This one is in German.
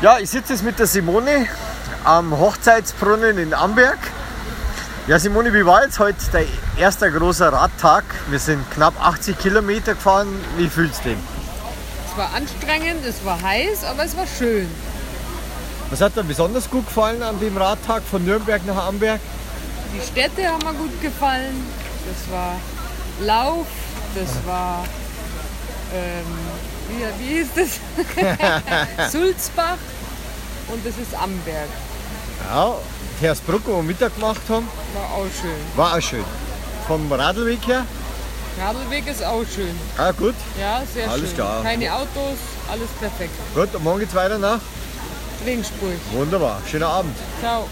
Ja, ich sitze jetzt mit der Simone am Hochzeitsbrunnen in Amberg. Ja, Simone, wie war jetzt heute dein erster großer Radtag? Wir sind knapp 80 Kilometer gefahren. Wie fühlst du dich? Es war anstrengend, es war heiß, aber es war schön. Was hat dir besonders gut gefallen an dem Radtag von Nürnberg nach Amberg? Die Städte haben mir gut gefallen. Das war Lauf, das war. Ähm, wie, wie ist das? Sulzbach und das ist Amberg. Ja, Hersbruck, wo wir Mittag gemacht haben, War auch schön. war auch schön. Vom Radlweg her? Radlweg ist auch schön. Ah, gut. Ja, sehr Alles schön. klar. Keine Autos, alles perfekt. Gut, und morgen geht's weiter nach? Regensburg. Wunderbar. Schöner Abend. Ciao.